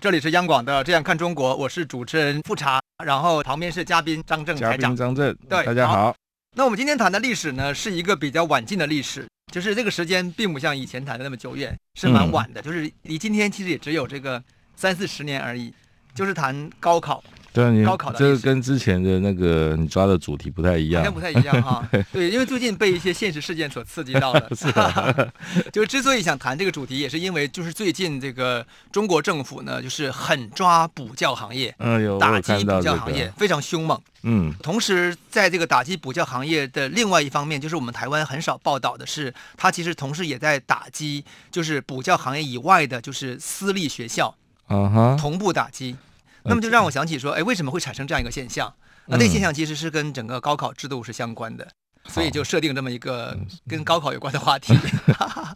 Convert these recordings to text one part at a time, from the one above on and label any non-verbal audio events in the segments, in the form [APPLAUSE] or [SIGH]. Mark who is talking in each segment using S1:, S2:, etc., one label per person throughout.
S1: 这里是央广的《这样看中国》，我是主持人富察，然后旁边是嘉宾张正
S2: 嘉
S1: 嗯台长
S2: 宾。张震，
S1: 对
S2: 大家好。
S1: 那我们今天谈的历史呢，是一个比较晚近的历史，就是这个时间并不像以前谈的那么久远，是
S2: 嗯
S1: 蛮晚的，就是离今天其实也只有这个三四十年而已。就是谈高考，
S2: 对，你
S1: 高考的
S2: 这
S1: 历
S2: 个
S1: 史
S2: 跟之前的那个你抓的主题不太一
S1: 好
S2: 样
S1: 像不。太一样
S2: [LAUGHS]
S1: 哈。对，因为最近被一些现实事件所刺激到了。
S2: 是啊
S1: [LAUGHS] 就是之所以想谈这个主题，也是因为就是最近这个中国政府呢，就是狠抓补教行业，
S2: 嗯，有我
S1: 打
S2: 有
S1: 击
S2: 看
S1: 补
S2: 到
S1: 教
S2: 这
S1: 行业
S2: 个。
S1: 非常凶猛。
S2: 嗯，
S1: 同时，在这个打击补教行业的另外一方面，就是我们台湾很少报道的是，它其实同时也在打击，就是补教行业以外的，就是私立学校
S2: 啊哈，
S1: 同步打击。那么就让我想起说，哎，为什么会产生这样一个现象？那这个现象其实是跟整个高考制度是相关的，所以就设定这么一个
S2: 嗯
S1: 跟高考有关的话题。 [LAUGHS]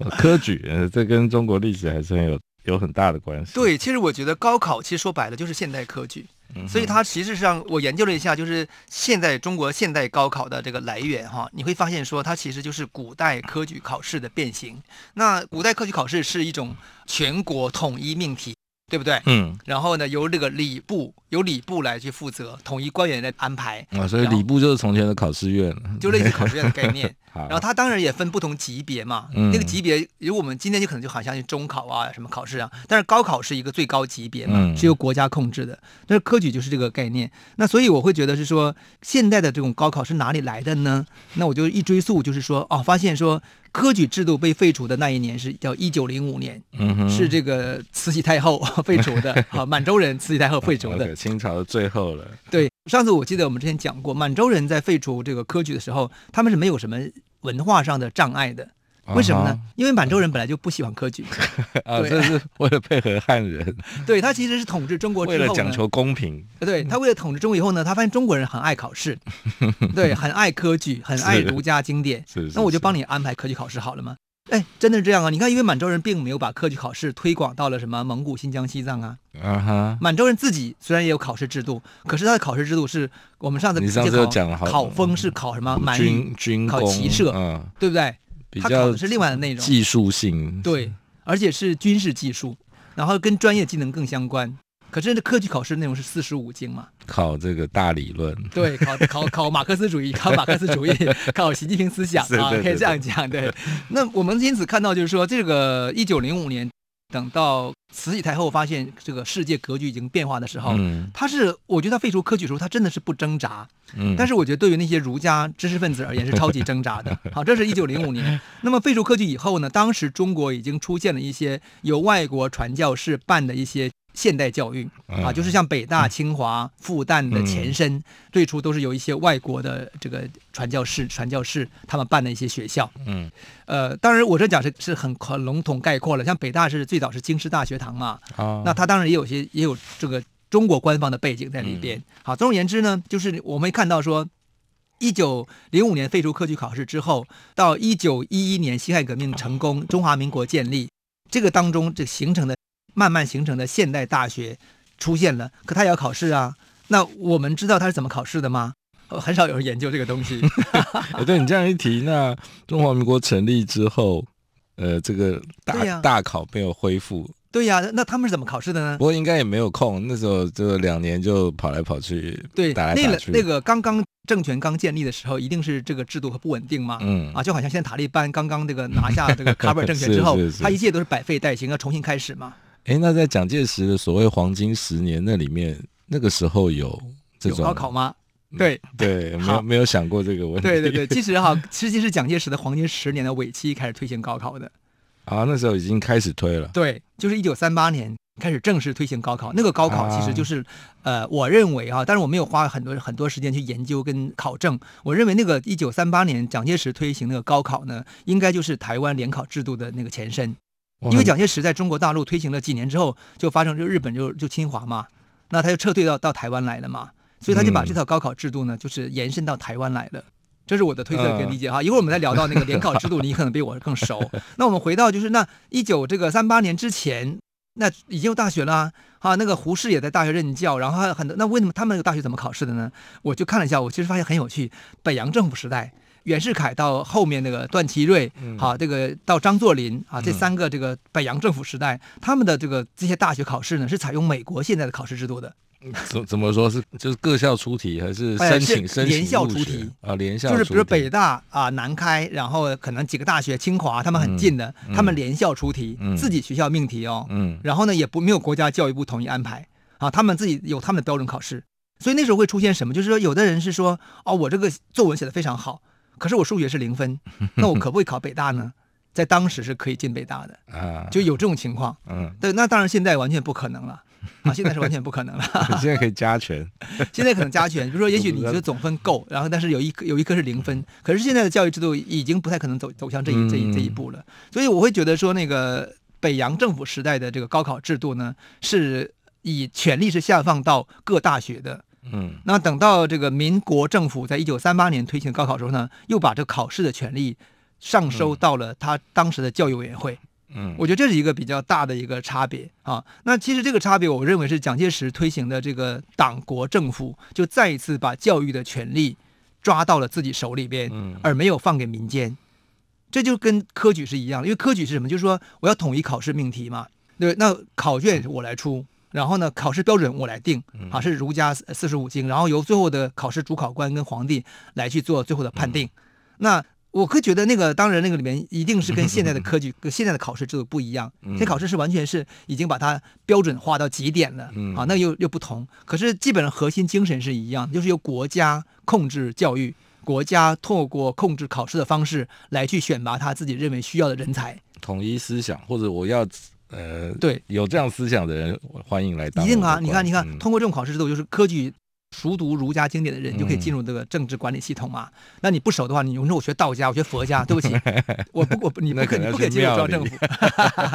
S2: 呃科举，呃这跟中国历史还是很有有很大的关系。，
S1: 对，其实我觉得高考其实说白了就是现代科举，
S2: 嗯
S1: 所以它其实上我研究了一下，就是现在中国现代高考的这个来源哈，你会发现说它其实就是古代科举考试的变形。那古代科举考试是一种全国统一命题，对不对？
S2: 嗯
S1: 然后呢，由这个礼部由礼部来去负责统一官员来安排，
S2: 啊，所以
S1: 然后
S2: 礼部就是从前的考试院。
S1: 就类似考试院的概念。
S2: [LAUGHS] 好
S1: 然，后它当然也分不同级别嘛，
S2: 嗯
S1: 那个级别，如果我们今天就可能就好像是中考啊，什么考试啊，但是高考是一个最高级别嘛，
S2: 嗯
S1: 是由国家控制的，但是科举就是这个概念。那所以我会觉得是说，现代的这种高考是哪里来的呢？那我就一追溯，就是说，哦，发现说科举制度被废除的那一年是叫一九零五年，
S2: 嗯哼，
S1: 是这个慈禧太后 [LAUGHS] 废除的，
S2: [LAUGHS]
S1: 啊，满洲人慈禧太后废除的
S2: OK，。清啊朝的最后了。
S1: 对，上次我记得我们之前讲过，满洲人在废除这个科举的时候，他们是没有什么文化上的障碍的。
S2: 啊
S1: 为什么呢？因为满洲人本来就不喜欢科
S2: [LAUGHS]
S1: 举，
S2: 啊哈？啊，
S1: 对
S2: 这是为了配合汉
S1: [LAUGHS]
S2: 人，
S1: 对他其实是统治中国之
S2: 为
S1: 后呢，
S2: 了讲求公平。
S1: 对他为了统治中国以后呢，他发现中国人很爱考
S2: [LAUGHS]
S1: 试，对，很爱科举，很爱儒家经典。
S2: 是，是
S1: 那我就是帮你安排科举考试好了吗？哎，真的是这样啊！你看，因为满洲人并没有把科举考试推广到了什么蒙古、新疆、西藏啊。
S2: 啊哈。
S1: 满洲人自己虽然也有考试制度，可是他的考试制度是我们上次
S2: 你上
S1: 直
S2: 次
S1: 接考
S2: 有讲了好嗯
S1: 考风是考什么满语，
S2: 军军
S1: 考
S2: 工
S1: 骑射
S2: 嗯，
S1: 对不对？
S2: 比
S1: 他考
S2: 较
S1: 的是另外的内容。
S2: 技术性，
S1: 对，而且是军事技术，然后跟专业技能更相关。可是科举考试内容是四书五经嘛？
S2: 考这个大理论，
S1: 对，考 [LAUGHS] 考考马克思主义，考马克思主义，考习近平思想
S2: [LAUGHS] 是
S1: 啊，
S2: 对
S1: 可以
S2: 对
S1: 这样讲。对，那我们因此看到，就是说，这个一九零五年，等到慈禧太后发现这个世界格局已经变化的时候，
S2: 嗯
S1: 她是我觉得她废除科举的时候，她真的是不挣扎，
S2: 嗯，
S1: 但
S2: 是
S1: 是我觉得对于那些儒家知识分子而言是超级挣扎的。好，这是一九零五年。那么废除科举以后呢，当时中国已经出现了一些由外国传教士办的一些。现代教育啊，就是像北大、清华、复旦的前身，最初都是由一些外国的这个传教士、传教士他们办的一些学校。
S2: 嗯，
S1: 呃，当然我这讲是是很很笼统概括了。像北大是最早是京师大学堂嘛，
S2: 啊，
S1: 那它当然也有些也有这个中国官方的背景在里边。好，总而言之呢，就是我们看到说，一九零五年废除科举考试之后，到一九一一年辛亥革命成功，中华民国建立，这个当中这形成的慢慢形成的现代大学出现了，可它也要考试啊。那我们知道它是怎么考试的吗？呃很少有人研究这个东
S2: [LAUGHS]
S1: 西。
S2: 哎对你这样一提，那中华民国成立之后，呃，这个
S1: 对呀
S2: 大大考没有恢复，
S1: 对呀、那他们是怎么考试的呢
S2: 不？过应该也没有空，那时候就两年就跑来跑去，
S1: 对，
S2: 打来
S1: 那
S2: 打
S1: 个
S2: 去，
S1: 那个刚刚政权刚建立的时候，一定是这个制度很不稳定嘛。
S2: 嗯
S1: 啊，就好像现在塔利班刚刚这
S2: [LAUGHS]
S1: 个拿下这个喀布尔政权之后
S2: 是是，是
S1: 他一切都是百废待兴，要重新开始嘛。
S2: 哎，那在蒋介石的所谓黄金十年那里面，那个时候有这
S1: 有
S2: 种
S1: 高考吗？
S2: 嗯
S1: 对
S2: 对，没
S1: 好
S2: 有没有想过这个问题，
S1: 对对
S2: [LAUGHS]
S1: 对，其实哈，实际是蒋介石的黄金十年的尾期开始推行高考的。
S2: 啊，那时候已经开始推了，
S1: 对，就是一九三八年开始正式推行高考。那个高考其实就是，呃，我认为啊，但是我没有花很多很多时间去研究跟考证。我认为那个一九三八年蒋介石推行那个高考呢，应该就是台湾联考制度的那个前身。
S2: 哇
S1: 因为蒋介石在中国大陆推行了几年之后，就发生就日本就就侵华嘛。那他就撤退到到台湾来了嘛，所以他就把这套高考制度呢，就是延伸到台湾来了。这是我的推测跟理解哈，一会儿我们再聊到那个联考制度，你可能比我更熟。那我们回到就是那一九这个三八年之前，那已经有大学啦、啊，啊，那个胡适也在大学任教，然后还有很多那为什么他们那个大学怎么考试的呢？我就看了一下，我其实发现很有趣。北洋政府时代，袁世凯到后面那个段祺瑞，好、这个到张作霖啊，这三个这个北洋政府时代，他们的这个这些大学考试呢，是采用美国现在的考试制度的。
S2: 怎怎么说是就是各校出题还是
S1: 哎
S2: 申
S1: 是
S2: 请申请
S1: 联校
S2: 入
S1: 出
S2: 学
S1: 题
S2: 啊？联校
S1: 就是
S2: 出
S1: 比如
S2: 题
S1: 北大啊、南开，然后可能几个大学，清华，他们很近的，他们联校出题，
S2: 嗯
S1: 自己学校命题哦，
S2: 嗯
S1: 然后呢也不没有国家教育部统一安排啊，他们自己有他们的标准考试，所以那时候会出现什么？就是说有的人是说哦，我这个作文写的非常好，可是我数学是零
S2: [LAUGHS]
S1: 分，那我可不可以考北大呢？在当时是可以进北大的，
S2: 啊
S1: 就有这种情
S2: [LAUGHS]
S1: 况。 [LAUGHS]
S2: 嗯，
S1: 对，那当然现在完全不可能了啊，现在是完全不可能了。
S2: 现在可以加权，
S1: 现在可能加权，比如说，也许你的总分够，然后但是有一科有一科是零分，可是现在的教育制度已经不太可能走走向这一这一这一步了，所以我会觉得说，那个北洋政府时代的这个高考制度呢，是以权力是下放到各大学的。
S2: 嗯
S1: 那等到这个民国政府在一九三八年推行高考之后呢，又把这个考试的权利上收到了他当时的教育委员会。
S2: 嗯
S1: 我觉得这是一个比较大的一个差别啊。那其实这个差别，我认为是蒋介石推行的这个党国政府，就再一次把教育的权利抓到了自己手里边，
S2: 嗯
S1: 而没有放给民间。这就跟科举是一样的，因为科举是什么？就是说我要统一考试命题嘛，对不对，那考
S2: 嗯
S1: 卷我来出。然后呢，考试标准我来定，啊，是儒家四十五经，然后由最后的考试主考官跟皇帝来去做最后的判定。那我会觉得那个，当然那个里面一定是跟现在的科举、跟现在的考试制度不一样。现在考试是完全是已经把它标准化到极点了，
S2: 嗯
S1: 啊，那又又不同。可是基本上核心精神是一样，就是由国家控制教育，国家透过控制考试的方式来去选拔他自己认为需要的人才。
S2: 统一思想或者我要呃
S1: 对，
S2: 有这样思想的人欢迎来当
S1: 一
S2: 我的
S1: 定
S2: 官。
S1: 啊！你看，你看，
S2: 嗯
S1: 通过这种考试制度，就是科举熟读儒家经典的人，就可以
S2: 嗯
S1: 进入这个政治管理系统
S2: [LAUGHS]
S1: 嘛。那你不熟的话，你你说我学道家，我学佛家， [LAUGHS] 对不起，我不，我不，你
S2: 那
S1: 不
S2: 可
S1: 可，
S2: 能
S1: 你不
S2: 要
S1: 可以
S2: 去
S1: 进入中
S2: 庙
S1: 央政府， [LAUGHS]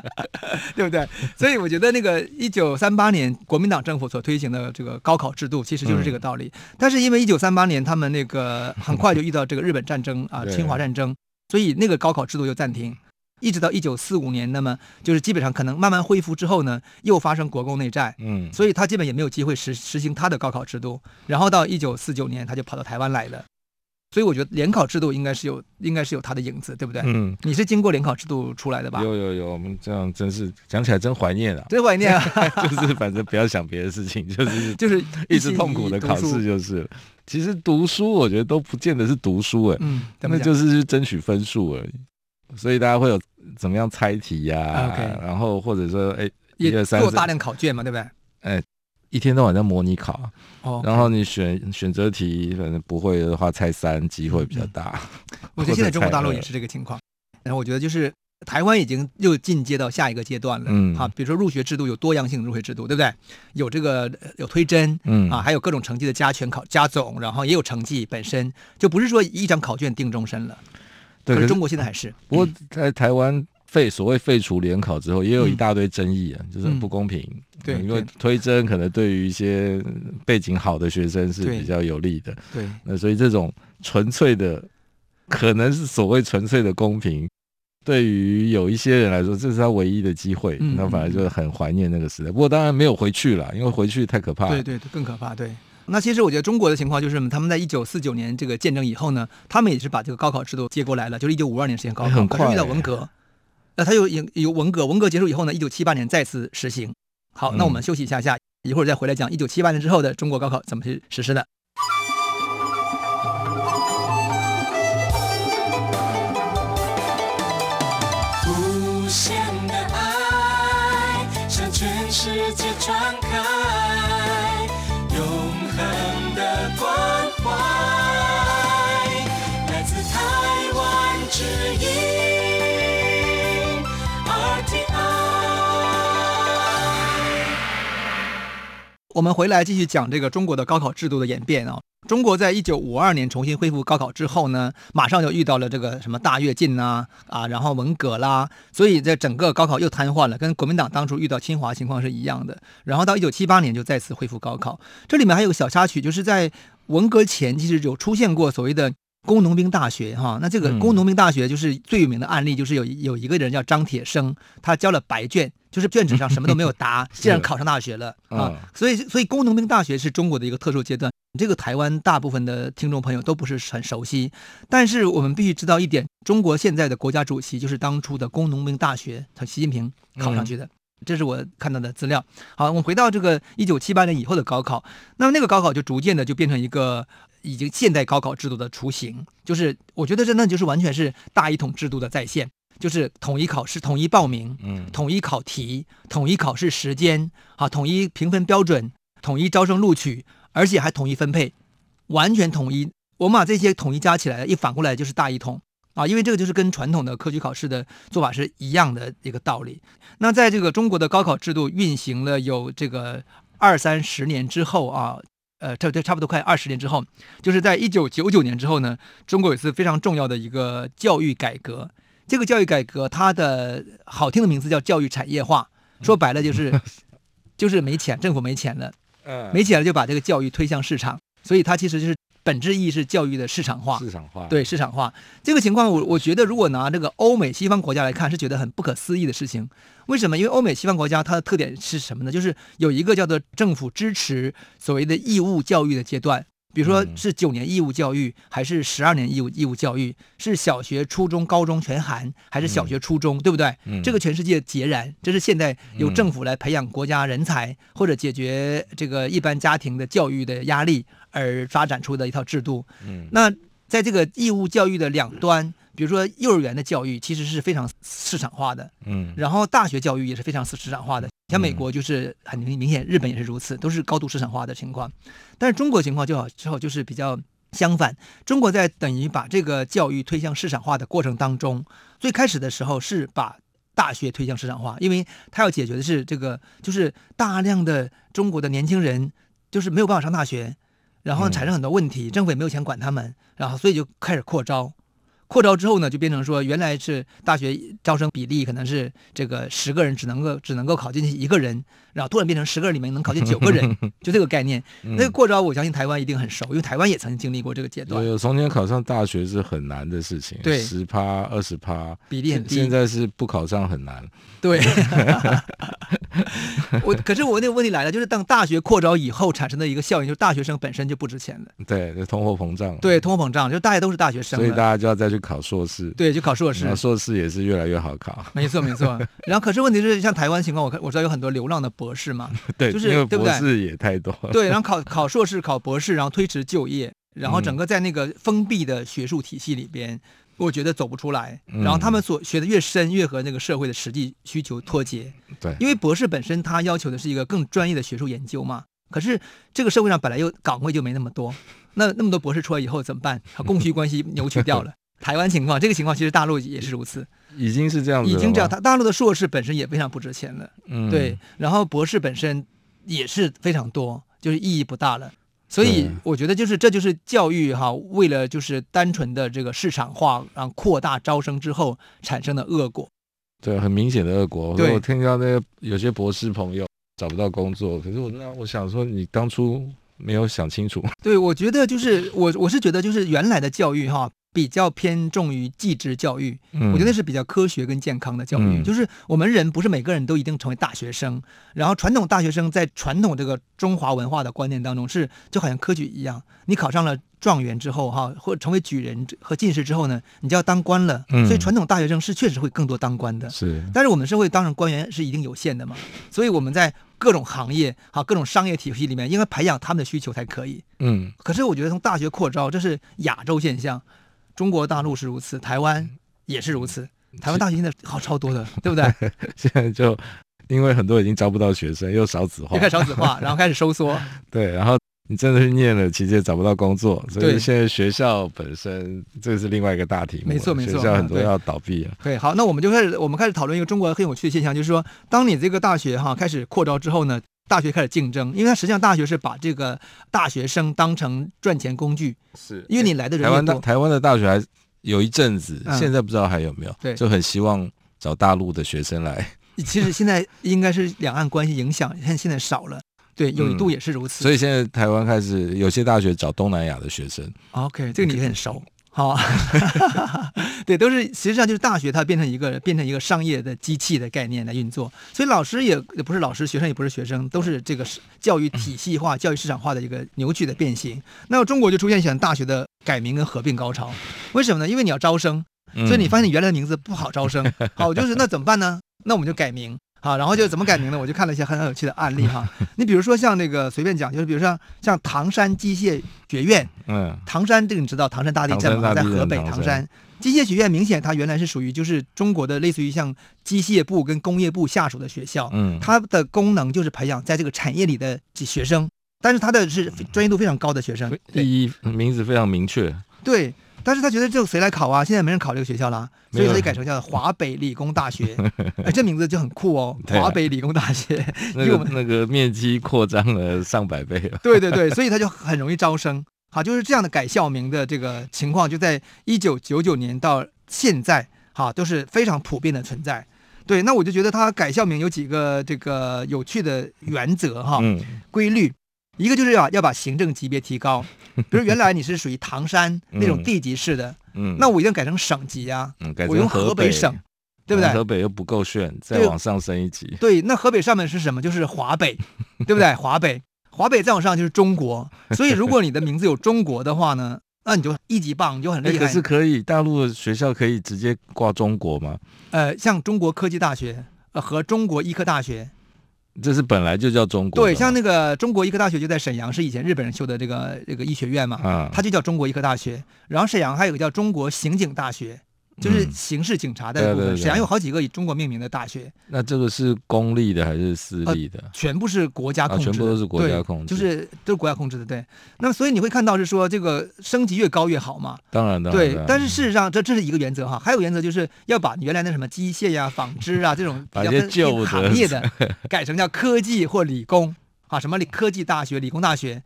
S1: 对不对？所以我觉得那个一九三八年国民党政府所推行的这个高考制度，其实就是这个道
S2: 嗯
S1: 理。但是因为一九三八年他们那个很快就遇到这个日本战争
S2: [LAUGHS]
S1: 啊，
S2: 对
S1: 侵华战争，所以那个高考制度就暂停。一直到一九四五年，那么就是基本上可能慢慢恢复之后呢，又发生国共内战，
S2: 嗯，
S1: 所以他基本也没有机会实实行他的高考制度。然后到一九四九年，他就跑到台湾来了。所以我觉得联考制度应该是有，应该是有他的影子，对不对？
S2: 嗯，
S1: 你是经过联考制度出来的吧？，
S2: 有有有，我们这样真是讲起来真怀念啊
S1: 真怀念
S2: [LAUGHS]
S1: 啊，
S2: 就是反正不要想别的事情，就是
S1: 就是
S2: 一
S1: 心
S2: 直痛苦
S1: 一意
S2: 的
S1: 读
S2: 考
S1: 书
S2: 试。就是了。其实读书我觉得都不见得是读书哎、
S1: 嗯，怎么
S2: 那
S1: 讲？
S2: 就是去争取分数而已。所以大家会有怎么样猜题呀、
S1: OK
S2: 然后或者说哎。一
S1: 也
S2: 二三
S1: 做
S2: 四
S1: 大量考卷嘛，对不对？
S2: 一天到晚在模拟考，
S1: 哦，
S2: 然后你选选择题，反正不会的话猜三，机会比较大。
S1: 我觉得现在中国大陆
S2: 或者
S1: 也
S2: 猜
S1: 是这个情况。然后我觉得就是台湾已经又进阶到下一个阶段了。
S2: 嗯
S1: 啊，比如说入学制度有多样性入学制度，对不对？有这个呃有推甄，
S2: 嗯
S1: 啊，还有各种成绩的加权考加总，然后也有成绩本身，就不是说一张考卷定终身了。
S2: 对，
S1: 可
S2: 可
S1: 是
S2: 是
S1: 中国现在还是，嗯
S2: 不过在台湾废所谓废除联考之后，也有一
S1: 嗯
S2: 大堆争议啊，就是很不公平。嗯
S1: 对
S2: 因为
S1: 对
S2: 推甄可能对于一些背景好的学生是
S1: 对
S2: 比较有利的，
S1: 对，
S2: 那所以这种纯粹的，可能是所谓纯粹的公平。对于有一些人来说，这是他唯一的机会，
S1: 嗯
S2: 那反而就是很怀念那个时代。不过当然没有回去了，因为回去太可怕了。
S1: 对对对，更可怕。对，那其实我觉得中国的情况就是，他们在一九四九年这个建政以后呢，他们也是把这个高考制度接过来了，就是一九五二年实行高考，
S2: 哎很
S1: 可
S2: 快
S1: 是遇到
S2: 哎
S1: 文革，那他又有有文革，文革结束以后呢，一九七八年再次实行。好，
S2: 嗯
S1: 那我们休息一下下，一会儿再回来讲一九七八年之后的中国高考怎么去实施的。
S3: 无限的爱向全世界传开，永恒的关怀，来自台湾之音 RTI。
S1: 我们回来继续讲这个中国的高考制度的演变啊、中国在一九五二年重新恢复高考之后呢，马上就遇到了这个什么大跃进呐、啊，然后文革啦，所以这整个高考又瘫痪了，跟国民党当初遇到清华情况是一样的。然后到一九七八年就再次恢复高考，这里面还有个小插曲，就是在文革前其实有出现过所谓的。工农兵大学，哈，那这个
S2: 嗯
S1: 工农兵大学就是最有名的案例，就是有有一个人叫张铁生，他交了白卷，就是卷纸上什么都没有答，竟然考上大学了啊
S2: 嗯！
S1: 所以，所以工农兵大学是中国的一个特殊阶段，这个台湾大部分的听众朋友都不是很熟悉。但是我们必须知道一点，中国现在的国家主席就是当初的工农兵大学，他习近平
S2: 嗯
S1: 考上去的。这是我看到的资料。好，我们回到这个一九七八年以后的高考，那么那个高考就逐渐的就变成一个已经现代高考制度的雏形，就是我觉得真的就是完全是大一统制度的再现，就是统一考试、统一报名、
S2: 嗯
S1: 统一考题、统一考试时间，啊，统一评分标准、统一招生录取，而且还统一分配，完全统一。我们把这些统一加起来，一反过来就是大一统啊，因为这个就是跟传统的科举考试的做法是一样的一个道理。那在这个中国的高考制度运行了有这个二三十年之后啊，呃，差不多差不多快二十年之后，就是在一九九九年之后呢，中国有一次非常重要的一个教育改革。这个教育改革，它的好听的名字叫教育产业化，说白了就是就是没钱，政府没钱了，
S2: 嗯
S1: 没钱了就把这个教育推向市场，所以它其实就是本质意义是教育的市场化。
S2: 市场化，
S1: 对市场化这个情况我，我觉得如果拿这个欧美西方国家来看，是觉得很不可思议的事情。为什么？因为欧美西方国家它的特点是什么呢？就是有一个叫做政府支持所谓的义务教育的阶段，比如说
S2: 嗯
S1: 是九年义务教育，还是十二年义务义务教育，是小学、初中、高中全含，还是小学、初中，对不对？
S2: 嗯
S1: 这个全世界截然，这是现在由
S2: 嗯
S1: 政府来培养国家人才、或者解决这个一般家庭的教育的压力而发展出的一套制度。
S2: 嗯
S1: 那在这个义务教育的两端，比如说幼儿园的教育其实是非常市场化的，
S2: 嗯
S1: 然后大学教育也是非常市市场化的。像美国就是很明明显，日本也是如此，都是高度市场化的情况。但是中国情况就好之后就是比较相反，中国在等于把这个教育推向市场化的过程当中，最开始的时候是把大学推向市场化，因为它要解决的是这个，就是大量的中国的年轻人就是没有办法上大学，然后
S2: 嗯
S1: 产生很多问题，政府也没有钱管他们，然后所以就开始扩招。扩招之后呢，就变成说，原来是大学招生比例可能是这个十个人只能够只能够考进去一个人，然后突然变成十个人里面能考进九个
S2: [LAUGHS]
S1: 人，就这个概念。
S2: 嗯
S1: 那个过招，我相信台湾一定很熟，因为台湾也曾经经历过这个阶
S2: 有
S1: 段，
S2: 有从前考上大学是很难的事情，
S1: 对
S2: 十趴二十趴，
S1: 比例很低。
S2: 现在是不考上很难。
S1: 对， [LAUGHS] 我可是我那个问题来了，就是等大学扩招以后产生的一个效应，就是大学生本身就不值钱了，
S2: 对，就通货膨胀。，
S1: 对，通货膨胀，就大家都是大学生
S2: 所以大
S1: 了，
S2: 家就要再去考硕士。
S1: 对，就考硕
S2: 然
S1: 士
S2: 后，硕士也是越来越好
S1: [LAUGHS]
S2: 考。
S1: 没错没错。然后可是问题是，像台湾情况，我看我知道有很多流浪的博士嘛，
S2: 对，
S1: 就是
S2: 因为
S1: 对不
S2: 博
S1: 对
S2: 士也太多。
S1: 对，然后考考硕士、考博士，然后推迟就业，然后整
S2: 嗯
S1: 个在那个封闭的学术体系里边，我觉得走不出来。
S2: 嗯
S1: 然后他们所学的越深，越和那个社会的实际需求脱节。
S2: [LAUGHS] 对
S1: 因为博士本身它要求的是一个更专业的学术研究嘛。可是这个社会上本来又岗位就没那么多， [LAUGHS] 那那么多博士出来以后怎么办？啊供需关系 [LAUGHS] 扭曲掉了。台湾情况，这个情况其实大陆也是如此，
S2: 已经是这样子了
S1: 已
S2: 吗，
S1: 经这样。大大陆的硕士本身也非常不值钱了。
S2: 嗯
S1: 对，，然后博士本身也是非常多，就是意义不大了。所以
S2: 对
S1: 我觉得就是这就是教育哈，为了就是单纯的这个市场化，然后扩大招生之后产生的恶果。
S2: 对，很明显的恶果。
S1: 对
S2: 我听到那个有些博士朋友找不到工作，可是我那我想说，你当初没有想清楚。
S1: 对，我觉得就是我我是觉得就是原来的教育哈，比较偏重于技职教育，
S2: 嗯
S1: 我觉得是比较科学跟健康的教育，
S2: 嗯
S1: 就是我们人不是每个人都一定成为大学生，然后传统大学生在传统这个中华文化的观念当中是就好像科举一样，你考上了状元之后哈，或成为举人和进士之后呢，你就要当官了，
S2: 嗯
S1: 所以传统大学生是确实会更多当官的，
S2: 是，
S1: 但是我们社会当然官员是一定有限的嘛，所以我们在各种行业哈各种商业体系里面应该培养他们的需求才可以，
S2: 嗯，
S1: 可是我觉得从大学扩招，这是亚洲现象，中国大陆是如此，台湾
S2: 嗯
S1: 也是如此。台湾大学现在好超多的，对不
S2: [LAUGHS]
S1: 对？
S2: 现在就因为很多已经招不到学生，又少子化
S1: 也，开始少子
S2: [LAUGHS]
S1: 化，然后开始收缩。
S2: 对，然后你真的去念了，其实也找不到工作，所
S1: 对
S2: 以现在学校本身这是另外一个大题目了，
S1: 没错没错
S2: 学校很多
S1: 啊对
S2: 要倒闭了，
S1: 对，好，那我们就开始，我们开始讨论一个中国很有趣的现象，就是说，当你这个大学哈开始扩招之后呢，大学开始竞争，因为它实际上大学是把这个大学生当成赚钱工具，
S2: 是
S1: 因为你来的
S2: 台
S1: 人越
S2: 湾大
S1: 多，
S2: 台湾的大学还有一阵子，
S1: 嗯
S2: 现在不知道还有没有，
S1: 对
S2: 就很希望找大陆的学生来，
S1: 其实现在应该是两岸关系影响，现现在少了，
S2: 嗯
S1: 对，有一度也是如此。
S2: 所以现在台湾开始有些大学找东南亚的学生，
S1: OK，这个你很熟。 [LAUGHS] 好，啊对，都是实际上就是大学它变成一个变成一个商业的机器的概念来运作，所以老师也也不是老师，学生也不是学生，都是这个是教育体系化、教育市场化的一个扭曲的变形。那中国就出现像大学的改名跟合并高潮，为什么呢？因为你要招生，所以
S2: 嗯
S1: 你发现你原来的名字不好招生，好，就是那怎么办呢？那我们就改名，好，然后就怎么改名呢？我就看了一些很很有趣的案例 [LAUGHS] 哈，你比如说像那个随便讲，就是比如像像唐山机械学院，
S2: 嗯
S1: 唐山这个你知道，唐山大地震嘛，
S2: 唐山大
S1: 在
S2: 地震
S1: 河北
S2: 唐
S1: 唐
S2: 山
S1: 山。机械学院明显它原来是属于就是中国的类似于像机械部跟工业部下属的学校，
S2: 嗯，
S1: 它的功能就是培养在这个产业里的学生，但是它的是专业度非常高的学生。对
S2: 第一名字非常
S1: [LAUGHS]
S2: 明确，
S1: 对，但是他觉得这个谁来考啊？现在没人考这个学校啦，所以
S2: 没有
S1: 他就改成叫华北理工大
S2: [LAUGHS]
S1: 学。哎，这名字就很酷哦，
S2: 对啊
S1: 华北理工大学。
S2: 那
S1: 因为我
S2: 个
S1: 们
S2: 那个面积扩张了上百倍 [LAUGHS] 了，
S1: 对对对，所以他就很容易招生。好，就是这样的改校名的这个情况，就在一九九九年到现在，哈，都是非常普遍的存在。对，那我就觉得他改校名有几个这个有趣的原则哈、
S2: 嗯
S1: 规律，一个就是要要把行政级别提
S2: [LAUGHS]
S1: 高，比如原来你是属于唐山那种地级市的，
S2: 嗯，
S1: 那我一定改成省级啊，
S2: 嗯改
S1: 我
S2: 成
S1: 用
S2: 河
S1: 河北省，对不
S2: 然后
S1: 对
S2: 河？北又不够炫，再
S1: 对
S2: 往上升一级，
S1: 对，那河北上面是什么？就是华
S2: [LAUGHS]
S1: 北，对不对？华北，华北再往上就是中国。所以如果你的名字有中国的话呢，那你就一级棒，你就很
S2: 哎，
S1: 厉害。
S2: 可是可以，大陆的学校可以直接挂中国吗？
S1: 呃，像中国科技大学。呃，和中国医科大学，
S2: 这是本来就叫中国的
S1: 对，
S2: 嘛，
S1: 像那个中国医科大学就在沈阳，是以前日本人修的这个这个医学院嘛，
S2: 啊，
S1: 它就叫中国医科大学。然后沈阳还有个叫中国刑警大学，就是
S2: 嗯
S1: 刑事警察的部
S2: 对对
S1: 分。
S2: 对
S1: 沈阳有好几个以中国命名的大学，
S2: 那这个是公立的还是私
S1: 呃
S2: 立的？
S1: 全部是国家控制的、
S2: 啊全部都是国家
S1: 对
S2: 控制
S1: 就是都是国家控制的，对。那么所以你会看到是说这个升级越高越好嘛，
S2: 当然的，
S1: 对
S2: 当然。
S1: 但是事实上这这是一个原则哈，还有原则就是要把原来的什么机械呀、纺织啊这种
S2: 把
S1: 比较
S2: 一些
S1: 跟
S2: 旧的
S1: 行业的 [LAUGHS] 改成叫科技或理工啊，什么理科技大学、理工大学。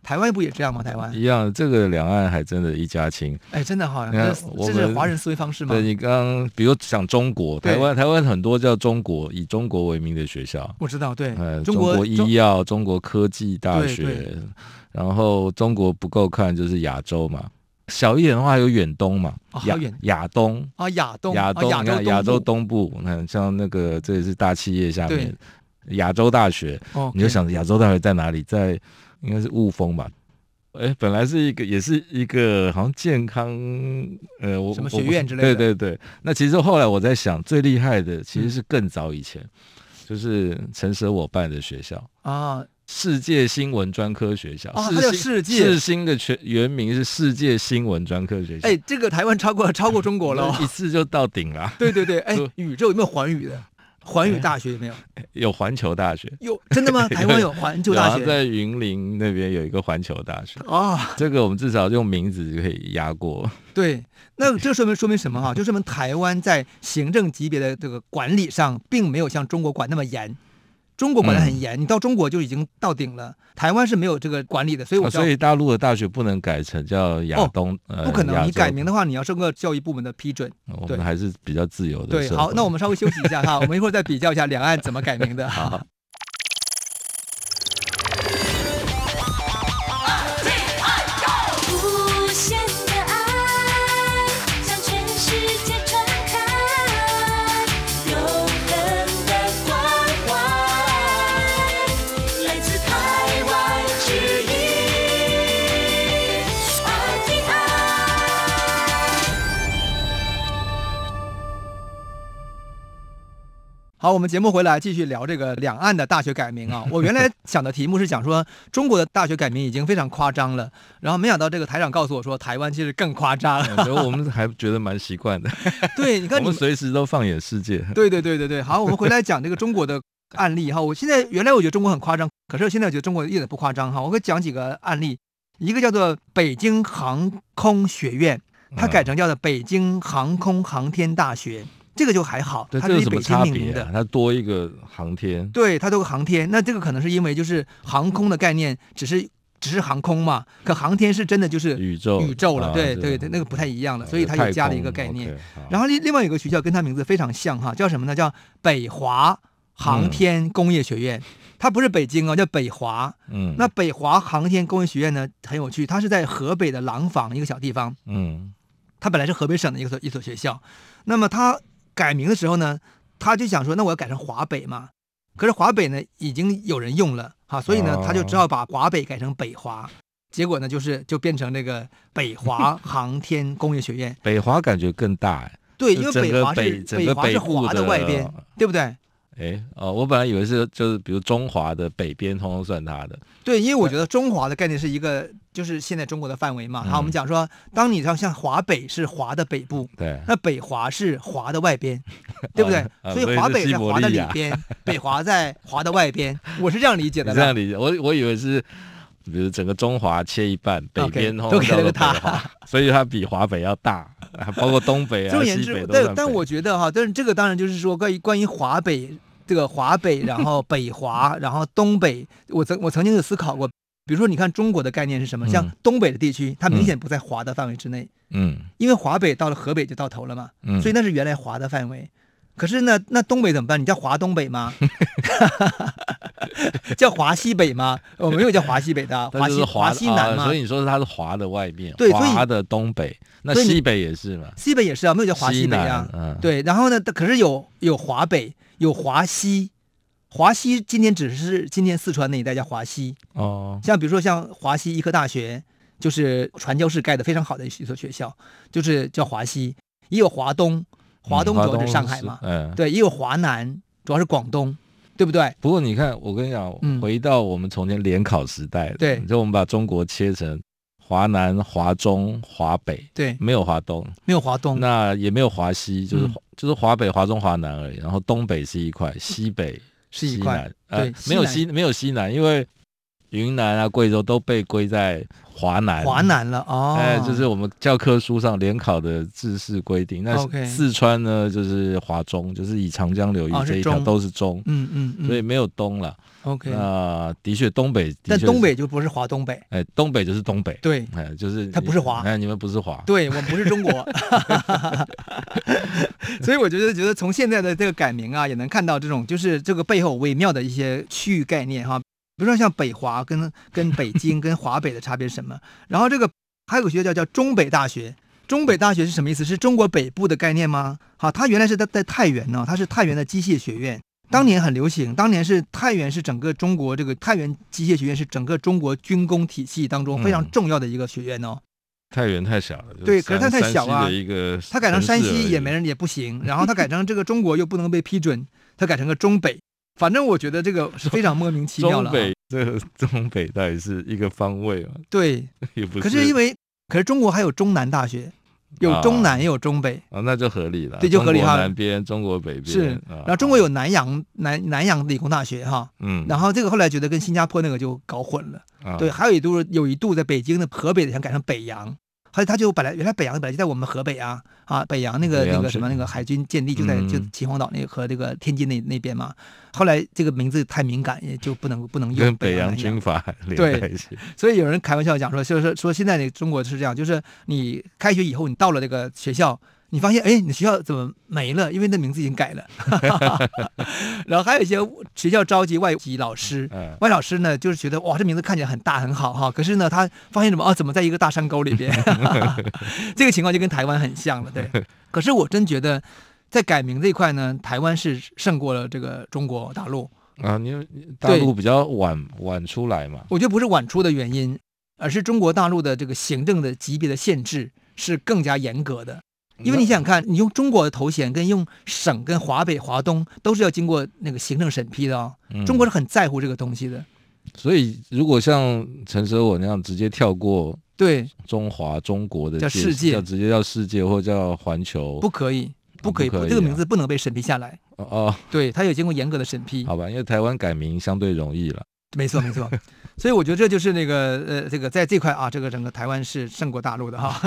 S1: 台湾不也这样吗？台湾，
S2: 一样，这个两岸还真的一家亲。
S1: 哎，真的哈，
S2: 你看
S1: 这
S2: 我
S1: 这是
S2: 们
S1: 华人思维方式吗
S2: 对？你刚刚，比如讲中国，
S1: 对
S2: 台湾台湾很多叫中国以中国为名的学校，
S1: 我知道，对
S2: 呃，，中
S1: 中国
S2: 医药、中国科技大
S1: 对
S2: 学
S1: 对，
S2: 然后中国不够看就是亚洲嘛，小一点的话还有远东嘛
S1: 哦，还
S2: 亚
S1: 有远
S2: 亚东，
S1: 啊亚东
S2: 亚
S1: 啊
S2: 东，
S1: 亚
S2: 你看
S1: 洲
S2: 亚洲
S1: 东
S2: 东部，你看像那个这也是大企业下面亚洲大学，
S1: 部哦，
S2: 你就
S1: OK
S2: 想亚洲大学在哪里？在应该是雾峰吧。哎，本来是一个，也是一个，好像健康，呃，我
S1: 什么
S2: 我
S1: 学院之类的嗯
S2: 对对对，那其实后来我在想，最厉害的其实是更早以前，就是陈舍我办的学校，
S1: 啊，
S2: 世界新闻专科学校。
S1: 哦
S2: 世
S1: 还有
S2: 新
S1: 世界
S2: 世新的全原名是世界新闻专科学校。
S1: 哎，，这个台湾超过超过中国了哦。
S2: 一次就到顶了。 [LAUGHS]
S1: 对对对，哎
S2: 就，
S1: 宇宙有没有环宇的？环
S2: 哎
S1: 宇大学有没有？
S2: 有环球大学，
S1: 有真
S2: [LAUGHS]
S1: 的吗？台湾有环球
S2: 然
S1: 大
S2: 后
S1: 学，
S2: 啊在云林那边有一个环球大学
S1: 啊？
S2: 这个我们至少用名字就可以压过。
S1: 对，那这说明说明什么哈、就说明台湾在行政级别的这个管理上，并没有像中国管那么严。中国管得
S2: 嗯
S1: 很严，你到中国就已经到顶了。台湾是没有这个管理的，所以我
S2: 啊
S1: 知道
S2: 所以大陆的大学不能改成叫亚东，呃
S1: 不可能。你改名
S2: 的，
S1: 的话，你要受过教育部门的批准。
S2: 我
S1: 对
S2: 们还是比较自由的
S1: 对，
S2: 社
S1: 好，
S2: 会
S1: 那我们稍微休息一下哈，我们一会儿再比较一下两岸怎么改名
S2: [LAUGHS]
S1: 的。好，
S3: 无限的爱向全世界传开，永恒的关怀来自台湾之音 RTI。
S1: 好，我们节目回来继续聊这个两岸的大学改
S2: [LAUGHS]
S1: 名啊。我原来想的题目是讲说中国的大学改名已经非常夸张了，然后没想到这个台长告诉我说台湾其实更夸张。
S2: 嗯 [LAUGHS] 所以我们还觉得蛮习惯
S1: [LAUGHS]
S2: 的，
S1: 对，你
S2: 我
S1: 看你
S2: 们随时都放眼世界。
S1: [LAUGHS] 对对对对对，好，我们回来讲这个中国的案例哈。我现在原来我觉得中国很夸张，可是我现在觉得中国一点都不夸张哈。我会讲几个案例，一个叫做北京
S2: 嗯
S1: 航空学院，它改成叫做北京航空航天大学。这个就还好，
S2: 对，
S1: 它
S2: 这
S1: 是以
S2: 有什么
S1: 北京
S2: 差
S1: 命名
S2: 别
S1: 的
S2: 啊？。它多一个航天，
S1: 对，它都有航天，那这个可能是因为就是航空的概念只是只是航空嘛，可航天是真的就是
S2: 宇宙
S1: 宇宙了，
S2: 啊
S1: 对
S2: 这
S1: 对对，
S2: 种
S1: 那个不太一样了，
S2: 啊
S1: 所以它
S2: 太
S1: 也加了一个
S2: 空
S1: 概念。
S2: ，OK，好
S1: 然后另另外有个学校跟它名字非常像哈，叫什么呢？叫北华
S2: 嗯
S1: 航天工业学院，它不是北京哦，叫北华。
S2: 嗯，
S1: 那北华航天工业学院呢很有趣，它是在河北的廊坊一个小地方，
S2: 嗯
S1: 它本来是河北省的一个所一所学校，那么它改名的时候呢，他就想说，那我要改成华北嘛。可是华北呢，已经有人用了哈，所以呢
S2: 哦，
S1: 他就只好把华北改成北华。结果呢，就是就变成这个北
S2: [LAUGHS]
S1: 华航天工业学院。
S2: 北华感觉更大哎。
S1: 对，
S2: 就
S1: 因为
S2: 整
S1: 北
S2: 个
S1: 华是
S2: 北整个
S1: 华是
S2: 北部
S1: 华的外
S2: 的嗯
S1: 边，对不对？
S2: 哎，哦，我本来以为是就是比如中华的北边通通算它的，
S1: 对，因为我觉得中华的概念是一个，就是现在中国的范围嘛。好，我们
S2: 嗯
S1: 讲说，当你像像华北是华的北部，
S2: 对，
S1: 那北华是华的外
S2: [LAUGHS]
S1: 边，对不对
S2: 啊？啊
S1: 所
S2: 所以
S1: 以华
S2: 是
S1: 北
S2: 西
S1: 在
S2: 伯
S1: 华的
S2: 利
S1: 里
S2: 亚 [LAUGHS]
S1: 边，北华在华的外边，我是这样理解
S2: 你
S1: 的
S2: 这
S1: 啦
S2: 样。理解，我我以为是，比如整个中华切一半，北
S1: OK，
S2: 边通
S1: 都
S2: 通
S1: 给
S2: 叫
S1: 了个
S2: 做北
S1: 大
S2: 华， [LAUGHS] 所以它比华北要大， [LAUGHS] 啊包括东北
S1: 总
S2: 啊、
S1: 而言
S2: 西
S1: 之
S2: 北，都算
S1: 但
S2: 北。
S1: 但我觉得哈，但是这个当然就是说关于关于华北这个华北，然后北华，然后东北，我曾我曾经有思考过，比如说你看中国的概念是什么？像
S2: 嗯
S1: 东北的地区，它明
S2: 嗯
S1: 显不在华的范围之内，
S2: 嗯
S1: 因为华北到了河北就到头了嘛，
S2: 嗯，
S1: 所以那是原来华的范围。可是呢，那东北怎么办？你叫华东北
S2: [LAUGHS]
S1: 吗？ [LAUGHS] 叫华西北吗？我没有叫华西北
S2: [LAUGHS]
S1: 的，
S2: 它
S1: 华
S2: 就
S1: 西
S2: 是
S1: 华
S2: 的
S1: 西南
S2: 啊
S1: 吗
S2: 所？以你说它是华的外面，
S1: 对所以
S2: 华的东北，那
S1: 所以你
S2: 西北也是嘛，
S1: 西北也是啊，没有叫华西北啊。
S2: 南嗯，
S1: 对，然后呢，可是有有华北，有华西，华西今天只是今天四川那一带叫华西，
S2: 哦，
S1: 像比如说像华西医科大学，就是传教士盖的非常好的一所学校，就是叫华西，也有华东，华东主要是上海嘛，
S2: 嗯，
S1: 对，也有华南，主要是广东，对不对？
S2: 不过你看，我跟你讲，
S1: 嗯
S2: 回到我们从前联考时代，
S1: 对
S2: 就我们把中国切成华南、华中、华北，
S1: 对，
S2: 没有华东，
S1: 没有华东，
S2: 那也没有华西，就是、
S1: 嗯
S2: 就是华北、华中、华南而已。然后东北是一块，西北
S1: 是一
S2: 西
S1: 块
S2: 南，呃
S1: 对，西
S2: 没有
S1: 南
S2: 西没有西南，因为云南啊、贵州都被归在华南。
S1: 华。南了哦，
S2: 哎，就是我们教科书上联考的制式规定。那
S1: OK
S2: 四川呢，就是华中，就是以长江流域
S1: 哦是
S2: 这一条
S1: 中
S2: 都是中，
S1: 嗯嗯嗯，
S2: 所以没有东了。
S1: OK，
S2: 那的确，东北的
S1: 但
S2: 确
S1: 东
S2: 是
S1: 北就不是华东北，
S2: 哎，东北就是东北，
S1: 对
S2: 哎，就是
S1: 它不是华
S2: 哎，你们不是华，
S1: 对我们不是中国，所以我觉得觉得从现在的这个改名啊，也能看到这种就是这个背后微妙的一些区域概念哈。比如说像北华跟跟北京 [LAUGHS] 跟华北的差别是什么？然后这个还有个学校叫中北大学，中北大学是什么意思？是中国北部的概念吗？好，它原来是在在太原呢、它是太原的机械学院。当年很流行，当年是太原是整个中国这个太原机械学院是整个中国军工体系当中非常
S2: 嗯
S1: 重要的一个学院哦。
S2: 太原太小了，就是
S1: 对可是它
S2: 山
S1: 太小啊
S2: 山西的一个
S1: 他改成山
S2: 城市而
S1: 西
S2: 已
S1: 也没人也不行，然后他改成这个中国又不能被批准， [LAUGHS] 他改成个中北，反正我觉得这个是非常莫名其妙了、啊。
S2: 中北 [LAUGHS] 这个东北到底是一个方位嘛？
S1: 对，
S2: [LAUGHS] 也不
S1: 可
S2: 是
S1: 是因为可是中国还有中南大学，有中南也有中北，
S2: 啊，那就合理了，
S1: 对就合理
S2: 中国
S1: 哈
S2: 南边，中国北边
S1: 是
S2: 啊
S1: 然后中国有南洋南南洋理工大学哈，
S2: 嗯，
S1: 然后这个后来觉得跟新加坡那个就搞混了。
S2: 啊
S1: 对，还有一度有一度在北京的河北的想改成北洋，后来他就本来原来北洋本来就在我们河北啊啊北洋那个
S2: 北洋
S1: 那个
S2: 是
S1: 什么那个海军舰地就在、就
S2: 嗯
S1: 秦皇岛那个和这个天津那那边嘛，后来这个名字太敏感，也就不能不能用
S2: 跟北洋
S1: 南
S2: 军阀 [LAUGHS] 连
S1: 对
S2: 在一
S1: [LAUGHS]
S2: 起，
S1: 所以有人开玩笑讲说，就是说说现在的中国是这样，就是你开学以后，你到了这个学校，你发现哎，你学校怎么没了？因为那名字已经改了。 [LAUGHS] 然后还有一些学校召集外籍老师
S2: 嗯，
S1: 外老师呢就是觉得哇，这名字看起来很大很好哈，可是呢他发现什么啊？怎么在一个大山沟里边？ [LAUGHS] 这个情况就跟台湾很像了，对。可是我真觉得。在改名这一块呢，台湾是胜过了这个中国大陆。
S2: 啊，因为大陆比较晚晚出来嘛，
S1: 我觉得不是晚出的原因，而是中国大陆的这个行政的级别的限制是更加严格的。因为你想想看，你用中国的头衔跟用省跟华北、华东都是要经过那个行政审批的哦。
S2: 嗯
S1: 中国是很在乎这个东西的。
S2: 所以如果像陈舍我那样直接跳过
S1: 对，
S2: 中华中国的
S1: 叫
S2: 界
S1: 世界
S2: 叫直接叫世界或叫环球，
S1: 不可以，不可以，
S2: 不可以啊
S1: 这个名字不能被审批下来。
S2: 哦哦，
S1: 对，它有经过严格的审批。
S2: 好吧，因为台湾改名相对容易了。
S1: 没错，没
S2: [LAUGHS]
S1: 错。所以我觉得这就是那个呃，这个在这块啊，这个整个
S2: [LAUGHS]
S1: 台湾是胜过大陆的哈。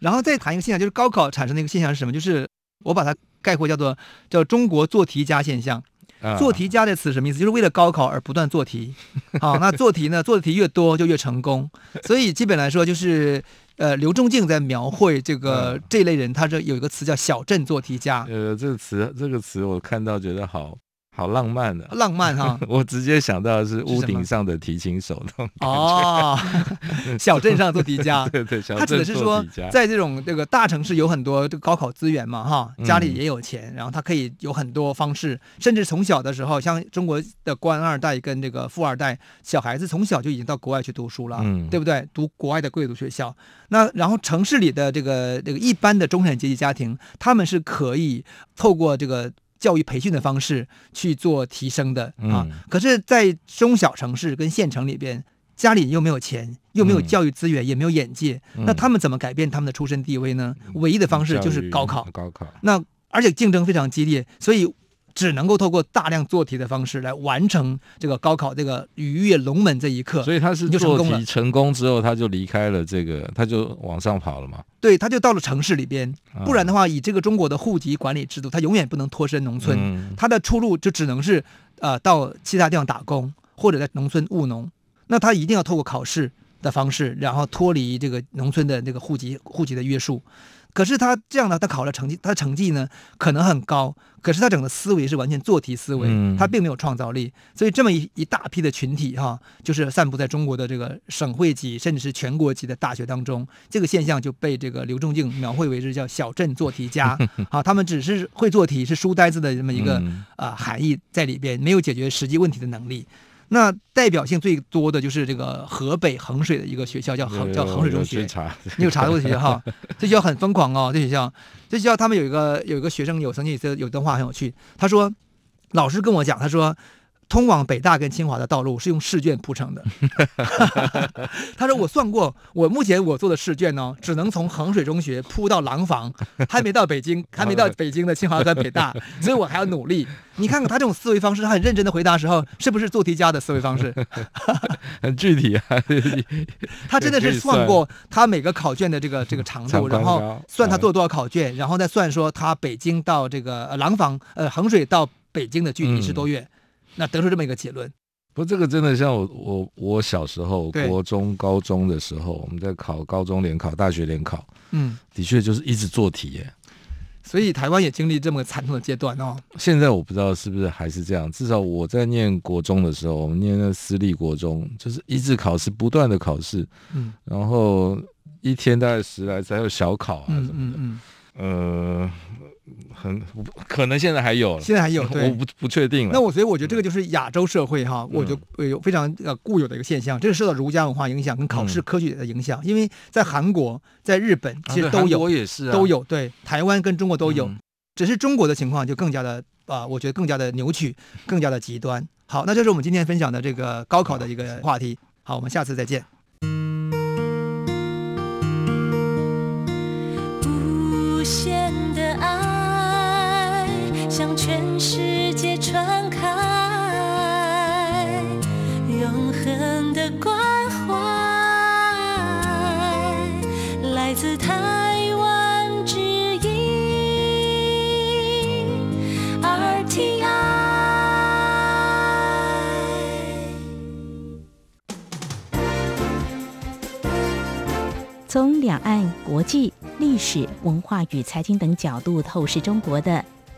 S1: 然后再谈一个现象，就是高考产生的一个现象是什么？就是我把它概括叫做叫中国做题家现象。
S2: 啊
S1: 做题家这词什么意思？就是为了高考而不断做
S2: [LAUGHS]
S1: 题。好，那做题呢，做的题越多就越成功。所以基本来说就是，呃，刘仲敬在描绘这个、
S2: 嗯
S1: 这类人，他这有一个词叫小镇做题家，
S2: 呃，这个词这个词我看到觉得好好浪漫的、
S1: 浪漫哈、
S2: 我直接想到的是
S1: 是
S2: 屋
S1: 什
S2: 顶
S1: 么
S2: 上的提琴手那种感觉。
S1: 哦， [LAUGHS] 小镇上做题家
S2: [LAUGHS] 。对对，小
S1: 啊他指的是
S2: 镇做
S1: 说
S2: 题家，
S1: 在这种这个大城市有很多这个高考资源嘛，哈，
S2: 嗯
S1: 家里也有钱，然后他可以有很多方式，甚至从小的时候，像中国的官二代跟这个富二代，小孩子从小就已经到国外去读书了，
S2: 嗯
S1: 对不对？读国外的贵族学校，那然后城市里的这个这个一般的中产阶级家庭，他们是可以透过这个教育培训的方式去做提升的啊。
S2: 嗯
S1: 可是，在中小城市跟县城里边，家里又没有钱，又没有
S2: 嗯
S1: 教育资源，也没有眼界，
S2: 嗯
S1: 那他们怎么改变他们的出身地位呢？唯一的方式就是高考。
S2: 嗯
S1: 呃
S2: 高考，
S1: 那而且竞争非常激烈，所以只能够透过大量做题的方式来完成这个高考这个鱼跃龙门这一刻。
S2: 所以他是
S1: 你就成
S2: 做
S1: 功
S2: 题
S1: 了
S2: 成功之后，他就离开了这个，他就往上跑了嘛。
S1: 对，他就到了城市里边，
S2: 啊
S1: 不然的话，以这个中国的户籍管理制度，他永远不能脱身农村，
S2: 嗯
S1: 他的出路就只能是呃到其他地方打工，或者在农村务农。那他一定要透过考试的方式，然后脱离这个农村的这个户籍户籍的约束。可是他这样呢，他考了成绩，他的成绩呢可能很高，可是他整个思维是完全做题思维，
S2: 嗯
S1: 他并没有创造力。所以这么一一大批的群体哈、就是散布在中国的这个省会级甚至是全国级的大学当中，这个现象就被这个刘仲敬描绘为是叫小镇做题家啊，他们只是会做题，是书呆子的这么一个、
S2: 嗯
S1: 呃含义在里边，没有解决实际问题的能力。那代表性最多的就是这个河北衡水的一个学校，叫衡
S2: 有
S1: 叫衡水
S2: 有
S1: 中
S2: 有
S1: 学
S2: 去。查
S1: 你有查过这学校哈？这学校很疯狂哦，这学校，这学校他们有一个有一个学生有曾经有一次有一段话很有趣，他说，老师跟我讲，他说。通往北大跟清华的道路是用试卷铺成的。 [LAUGHS] 他说：“我算过，我目前我做的试卷呢，只能从衡水中学铺到廊坊，还没到北京，还没到北京的清华跟北大，所以我还要努力。你看看他这种思维方式，他很认真的回答的时候，是不是做题家的思维方式？
S2: 很具体啊，
S1: 他真的
S2: 可以
S1: 是算
S2: 算嗯
S1: 过他每个考卷的这个这个长
S2: 长
S1: 度，
S2: 宽
S1: 然
S2: 高
S1: 后算他
S2: 嗯
S1: 做多少考卷，然后再算说他北京到这个呃廊坊呃衡水到北京的距离是多
S2: 嗯
S1: 远，那得出这么一个结论。
S2: 不，这个真的像我我我小时候，
S1: 对
S2: 国中、高中的时候，我们在考高中联考、大学联考，
S1: 嗯，
S2: 的确就是一直做题耶。
S1: 所以台湾也经历这么个惨痛的阶段哦。
S2: 现在我不知道是不是还是这样，至少我在念国中的时候，我们念那私立国中，就是一直考试，不断的考试，
S1: 嗯
S2: 然后一天大概十来次，还有小考啊
S1: 嗯
S2: 什么
S1: 嗯
S2: 的。
S1: 嗯，
S2: 呃，很可能现在还有了，
S1: 现在还有
S2: 我
S1: 对。
S2: 不不确定了。
S1: 那我所以我觉得这个就是亚洲社会哈，我就呃
S2: 嗯
S1: 有非常呃固有的一个现象，这是受到儒家文化影响跟考试
S2: 嗯
S1: 科学的影响，因为在韩国、在日本
S2: 啊
S1: 其实
S2: 对
S1: 都
S2: 韩
S1: 有
S2: 国也是、啊、
S1: 都有，对，台湾跟中国都有。
S2: 嗯
S1: 只是中国的情况就更加的啊、我觉得更加的扭曲，更加的极端。好，那这是我们今天分享的这个高考的一个话题。好，我们下次再见。
S3: 无限的爱向全世界传开，永恒的关怀来自台湾之音 RTI。
S4: 从两岸、国际、历史文化与财经等角度透视中国的《